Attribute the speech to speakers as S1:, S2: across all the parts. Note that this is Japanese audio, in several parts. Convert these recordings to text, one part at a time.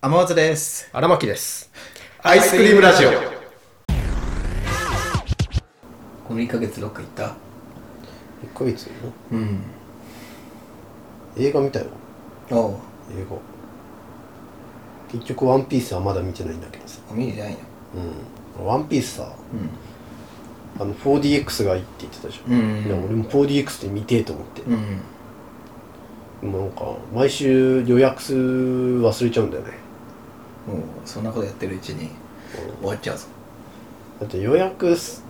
S1: 天松です
S2: 荒牧です
S1: アイスクリームラジオこの1ヶ月どっか行った
S2: 1ヶ月よ
S1: うん
S2: 映画見たよ
S1: おう
S2: 映画結局「ワンピースはまだ見てないんだけどさ
S1: 見にないの
S2: うん「ワンピースさあの 4DX がいいって言ってたじゃん、
S1: うん
S2: いや俺も 4DX で見てえと思って、
S1: うんうん
S2: もうなんか毎週予約数忘れちゃうんだよね、
S1: もうそんなことやってるうちに終わっちゃうぞ
S2: だって予約す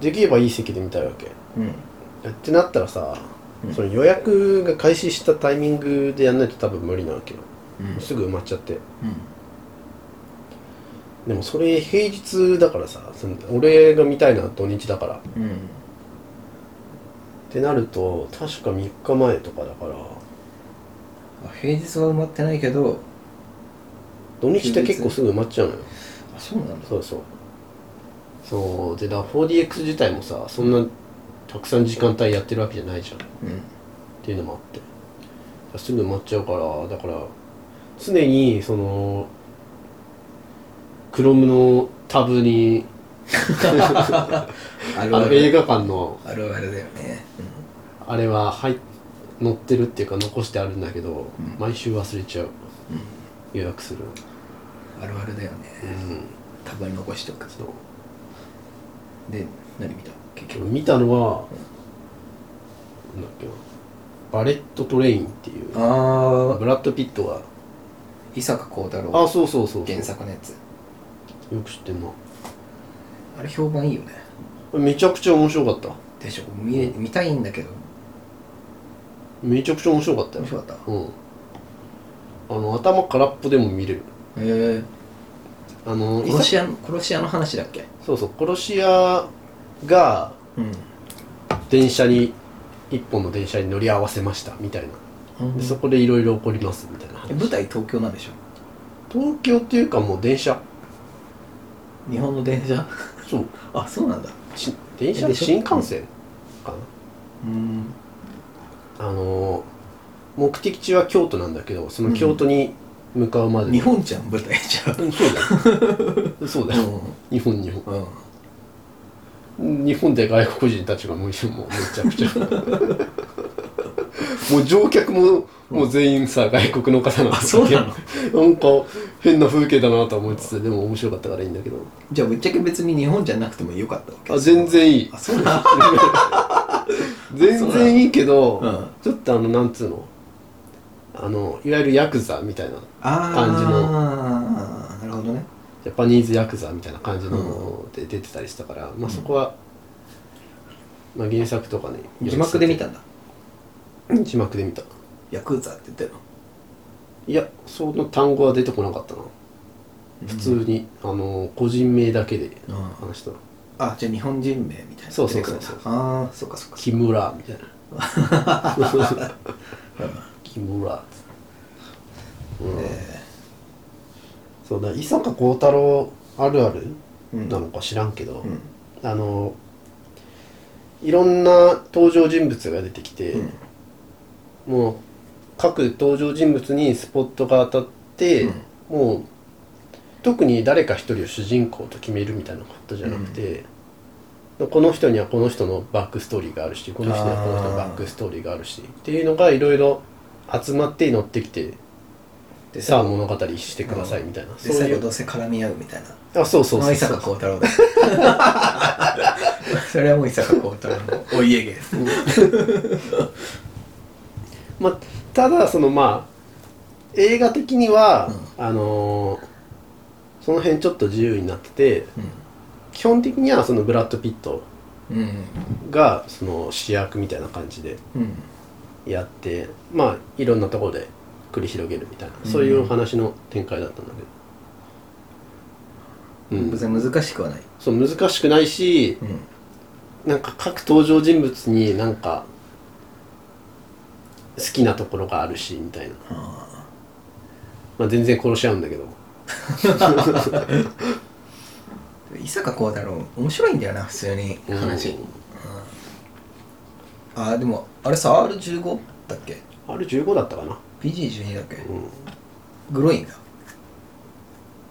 S2: できればいい席で見たいわけ
S1: うん
S2: ってなったらさ、
S1: うん
S2: その予約が開始したタイミングでやんないと多分無理なわけよ、
S1: うん
S2: すぐ埋まっちゃって
S1: うん
S2: でもそれ平日だからさその俺が見たいのは土日だからっ
S1: うん
S2: てなると確か3日前とかだから
S1: あ平日は埋まってないけど
S2: 土日って結構すぐ埋まっちゃうのよ
S1: あそうなんだ
S2: そうそうそうでだから 4DX 自体もさそんなたくさん時間帯やってるわけじゃないじゃんっ
S1: うん
S2: ていうのもあってすぐ埋まっちゃうからだから常にその Chrome のタブに
S1: あ
S2: あ
S1: るあ
S2: の
S1: る
S2: 映画館の
S1: あるあるだよね
S2: あれは入っ載ってるっていうか残してあるんだけど、
S1: うん
S2: 毎週忘れちゃう、予約する
S1: うんあるあるだよね
S2: うん
S1: たまに残しておく
S2: そう
S1: で何見た結
S2: 今
S1: 局
S2: 日見たのは、なんだっけなバレットトレインっていう
S1: ああ
S2: ブラッド・ピットが
S1: 伊坂幸太
S2: あ
S1: 郎
S2: そうそうそう
S1: 原作のやつ
S2: よく知ってんな
S1: あれ評判いいよね
S2: めちゃくちゃ面白かった
S1: でしょ見れ見たいんだけど
S2: めちゃくちゃ面白かったよ
S1: 面白かった
S2: うんあの頭空っぽでも見れる
S1: へえ
S2: あの
S1: 殺し屋の殺し屋の話だっけ
S2: そうそう殺し屋が
S1: うん
S2: 電車に一本の電車に乗り合わせましたみたいなでそこでいろいろ起こりますみたいな
S1: 舞台東京なんでしょ
S2: 東京っていうかもう電車
S1: 日本の電 車
S2: そう
S1: あそうなんだ
S2: し電車
S1: で
S2: で
S1: しょ
S2: 新幹線か
S1: うん
S2: なあのー目的地は京都なんだけどその京都に向かうまで、
S1: 日本じゃん舞台じゃ ん
S2: うんそうだ よそうだよ
S1: う
S2: 日本日本
S1: んうん
S2: 日本で外国人たちがもうもうめちゃくち ゃもう乗客ももう全員さ外国の方なんだ
S1: あそうなの
S2: なんか変な風景だなと思いつつでも面白かったからいいんだけど
S1: じゃあぶっちゃけ別に日本じゃなくてもよかったわけ
S2: あ全然いい
S1: あそうなの
S2: 全然いいけど、
S1: うん
S2: ちょっとあのなんつうのあのいわゆるヤクザみたいな
S1: あ
S2: 感じ
S1: あなるほどね
S2: ジャパニーズヤクザみたいな感じのので出てたりしたから、まあそこは、まあ、原作とかね
S1: 字幕で見たんだ
S2: うん字幕で見た
S1: ヤクザって言ってるの
S2: いやその単語は出てこなかったな普通に、あの個人名だけで
S1: うん
S2: 話したの
S1: あじゃあ日本人名みたいな
S2: そうそうそうそう
S1: 出てくるんだああそうかそうか
S2: 木村みたい な木村っつってうん
S1: え
S2: そうだ伊坂幸太郎あるある
S1: うん
S2: なのか知らんけど、
S1: ーうん
S2: あのいろんな登場人物が出てきて、
S1: うん
S2: もう各登場人物にスポットが当たって、
S1: うん
S2: もう特に誰か一人を主人公と決めるみたいなことじゃなくて、この人にはこの人のバックストーリーがあるしこの人にはこの人のバックストーリーがあるしっていうのがいろいろ集まって乗ってきて
S1: で
S2: さあ物語してくださいみたいな、
S1: で
S2: そう
S1: 最
S2: い
S1: 後ど
S2: う
S1: うせ絡み合うみたいな
S2: あそうそう
S1: ま
S2: そ
S1: あ
S2: う
S1: 伊
S2: そ
S1: 坂
S2: う
S1: 幸太郎 だそれはもう伊坂幸太郎のお家芸です
S2: まあ、ただそのまあ映画的には、あのーその辺ちょっと自由になってて基本的にはそのブラッド・ピット
S1: うんうん
S2: がその主役みたいな感じで
S1: うん
S2: やってまあいろんなところで繰り広げるみたいな、
S1: うん
S2: そういうお話の展開だったんだけど、うん、
S1: 別に難しくはない
S2: そう難しくないし
S1: うん
S2: なんか各登場人物になんか好きなところがあるしみたいな、
S1: あ
S2: まあ、全然殺し合うんだけど
S1: ー伊坂幸太郎面白いんだよな普通に話、
S2: うん
S1: ああでもあれさ R15 だっけ
S2: あれ15だったかな
S1: PG12 だっけ
S2: うん
S1: グロいんだ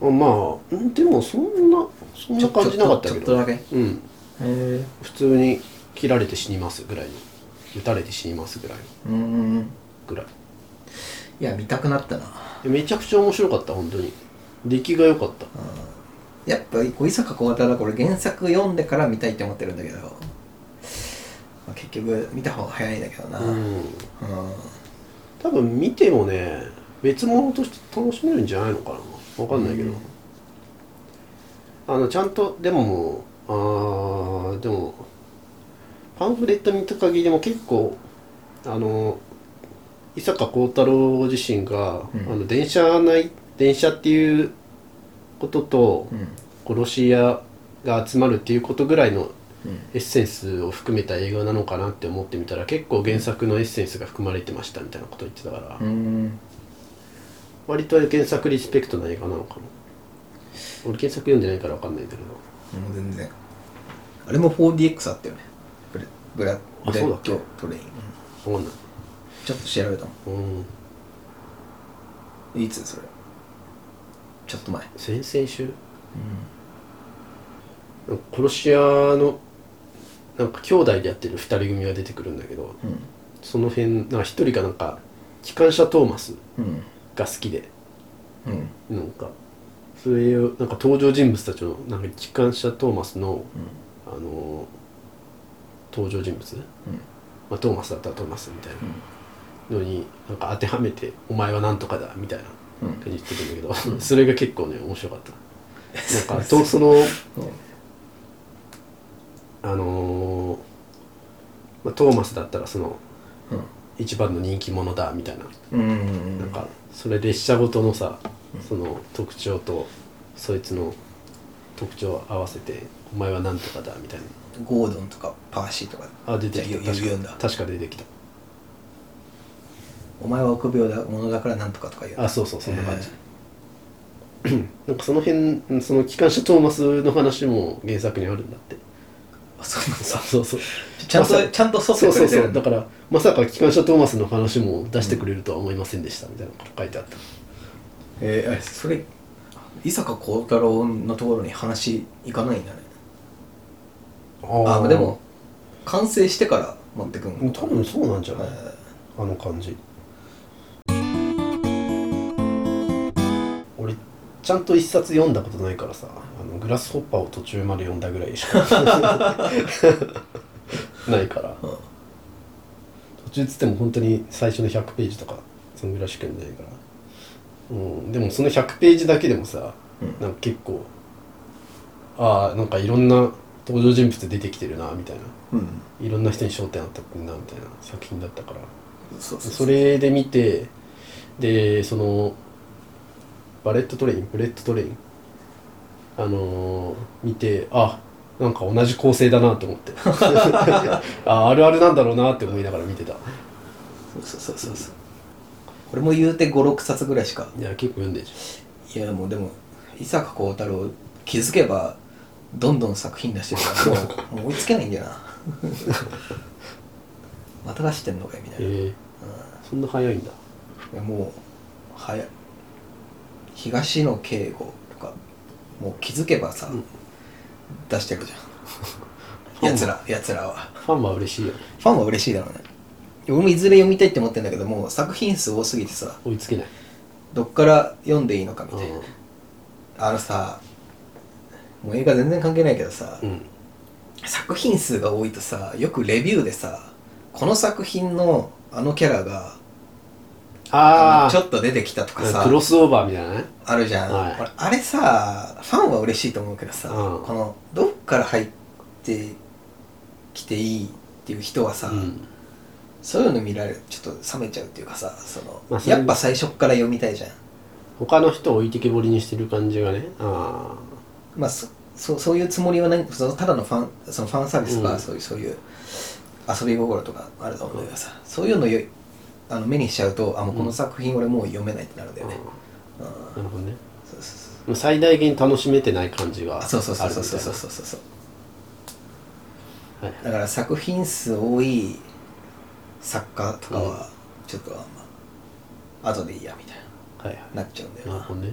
S2: あまあんでもそんなそんな感じなかった
S1: ち
S2: け
S1: ょっ
S2: ど
S1: とだけへ
S2: うん
S1: え
S2: 普通に切られて死にますぐらいの撃たれて死にますぐらいの
S1: うんうん
S2: ぐらい
S1: いや見たくなったな
S2: でめちゃくちゃ面白かった本当に出来が良かった
S1: やっぱこう伊坂幸太郎これ原作読んでから見たいって思ってるんだけど、まあ、結局見た方が早いんだけどな、うん
S2: うん多分見てもね別物として楽しめるんじゃないのかな分かんないけど、
S1: うん
S2: あのちゃんとでももうあーでもパンフレット見た限りでも結構あの伊坂幸太郎自身が、
S1: うん
S2: あの電車内電車っていうことと、
S1: うん
S2: 殺し屋が集まるっていうことぐらいの
S1: うん
S2: エッセンスを含めた映画なのかなって思ってみたら結構原作のエッセンスが含まれてましたみたいなこと言ってたから、
S1: うん
S2: 割と原作リスペクトな映画なのかな俺原作読んでないから分かんないんだけど
S1: もう全然あれも 4DX あったよねブレブラ
S2: あ
S1: ブレ
S2: そうだ
S1: ッ
S2: っけ
S1: ドトレインうん
S2: 分かんない
S1: ちょっと調べたも
S2: うん
S1: んいつそれちょっと前
S2: 先々週
S1: う
S2: なんか殺し屋のなんか兄弟でやってる2人組が出てくるんだけど
S1: ん
S2: その辺なんか1人がなんか機関車トーマス
S1: うん
S2: が好きで
S1: うんうん
S2: なんかそれをなんか登場人物たちのなんか機関車トーマスのあのー登場人物、まあ、トーマスだったらトーマスみたいなのになんか当てはめて「お前はなんとかだ」みたいな
S1: うん
S2: 感じ言ってくるんだけどそれが結構ね面白かったなんかとその
S1: うん
S2: あのーまあ、トーマスだったらその
S1: うん
S2: 一番の人気者だみたいな
S1: うんうん
S2: なんかそれ列車ごとのさその特徴とそいつの特徴を合わせて「お前はなんとかだ」みたいな
S1: ゴードンとかパーシーとか
S2: あ出てきた
S1: じゃあ言う言うんだ
S2: 確か確か出てきた
S1: お前は臆病だものだからなんとかとか言う
S2: あそうそうそんな感じ、なんかその辺その機関車トーマスの話も原作にあるんだって
S1: あそうなんだ
S2: そうそうそう
S1: ちゃん
S2: まさ
S1: とちゃんと
S2: そう
S1: そ
S2: そ
S1: ってく
S2: うそ
S1: れて
S2: う
S1: るん
S2: だ
S1: だ
S2: からまさか機関車トーマスの話も出してくれるとは思いませんでしたみたいなこと書いてあった、
S1: えーあそれ伊坂幸太郎のところに話いかないんだねあまあでも完成してから持ってくんの
S2: 多分そうなんじゃ
S1: え
S2: ない、あの感じ俺ちゃんと一冊読んだことないからさあのグラスホッパーを途中まで読んだぐらいしか ないから
S1: うん
S2: 途中っつっても本当に最初の100ページとかそのぐらいしか読んでないから、うん、でもその100ページだけでもさ
S1: うん
S2: なんか結構ああんかいろんな登場人物出てきてるなみたい
S1: う
S2: な
S1: ん
S2: いろんな人に焦点当たってるなみたいな作品だったから
S1: そうそう
S2: そ
S1: そう
S2: れで見てでそのバレットトレインブレットトレインあのー見てあなんか同じ構成だな と思って ああるあるなんだろうなって思いながら見てた
S1: そうそうそうそうこれも言うて56冊ぐらいしか
S2: いや結構読んでるじ
S1: いやもうでも伊坂幸太郎気づけばどんどん作品出してるからもうもう追いつけないんだよな また出してんのかよみた
S2: ゃ
S1: い
S2: ん
S1: な、
S2: へえそんな早いんだ
S1: うんもう早い東野圭吾とかもう気づけばさ、
S2: うん
S1: 出してるじゃんやつらやつらは
S2: ファンは嬉しいよね
S1: ファンは嬉しいだろうね俺もいずれ読みたいって思ってんだけどもう作品数多すぎてさ
S2: 追いつけない
S1: どっから読んでいいのかみ
S2: う
S1: たいな、
S2: ん
S1: あのさもう映画全然関係ないけどさ、
S2: うん
S1: 作品数が多いとさよくレビューでさこの作品のあのキャラが
S2: ああ
S1: ちょっと出てきたとかさ
S2: クロスオーバーみたいなね
S1: あるじゃん、
S2: はい
S1: 俺あれさファンは嬉しいと思うけどさ、
S2: うん
S1: このどっから入ってきていいっていう人はさ、
S2: うん
S1: そういうの見られるちょっと冷めちゃうっていうかさその、
S2: まあそういう
S1: やっぱ最初っから読みたいじゃん
S2: 他の人を置いてけぼりにしてる感じがねあ
S1: まあそそうそういうつもりはないそのただのファンそのファンサービスとか、
S2: うん
S1: そういうそういう遊び心とかあると思うんだけどさ、そういうのよあの目にしちゃうとあもうこの作品俺もう読めないってなるんだ
S2: あ
S1: よ
S2: な
S1: ね
S2: る、
S1: うん
S2: ほどね
S1: そうそう
S2: 最大限楽しめてない感じがある
S1: そうそうそうそう
S2: み
S1: そ
S2: た
S1: う
S2: いな
S1: そうそうそうそう
S2: はい
S1: だから作品数多い作家とかはちょっとあんま後でいいやみたい
S2: はいはい
S1: ななっちゃうんだよ
S2: なる
S1: な、
S2: ほどね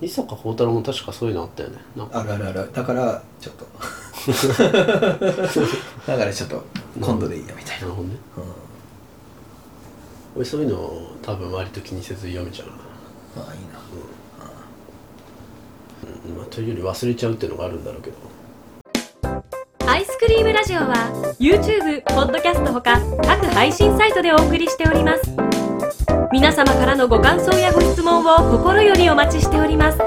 S2: 伊坂幸太郎も確かそういうのあったよねなんか
S1: あるあるあるだからちょっとだからちょっと今度でいいやみたい
S2: な
S1: な、
S2: るほどね
S1: うん
S2: 俺そういうのを多分割と気にせず読めちゃうな、
S1: まあいいな
S2: うんまあ、というより忘れちゃうっていうのがあるんだろうけど
S3: アイスクリームラジオは YouTube、ポッドキャストほか各配信サイトでお送りしております皆様からのご感想やご質問を心よりお待ちしております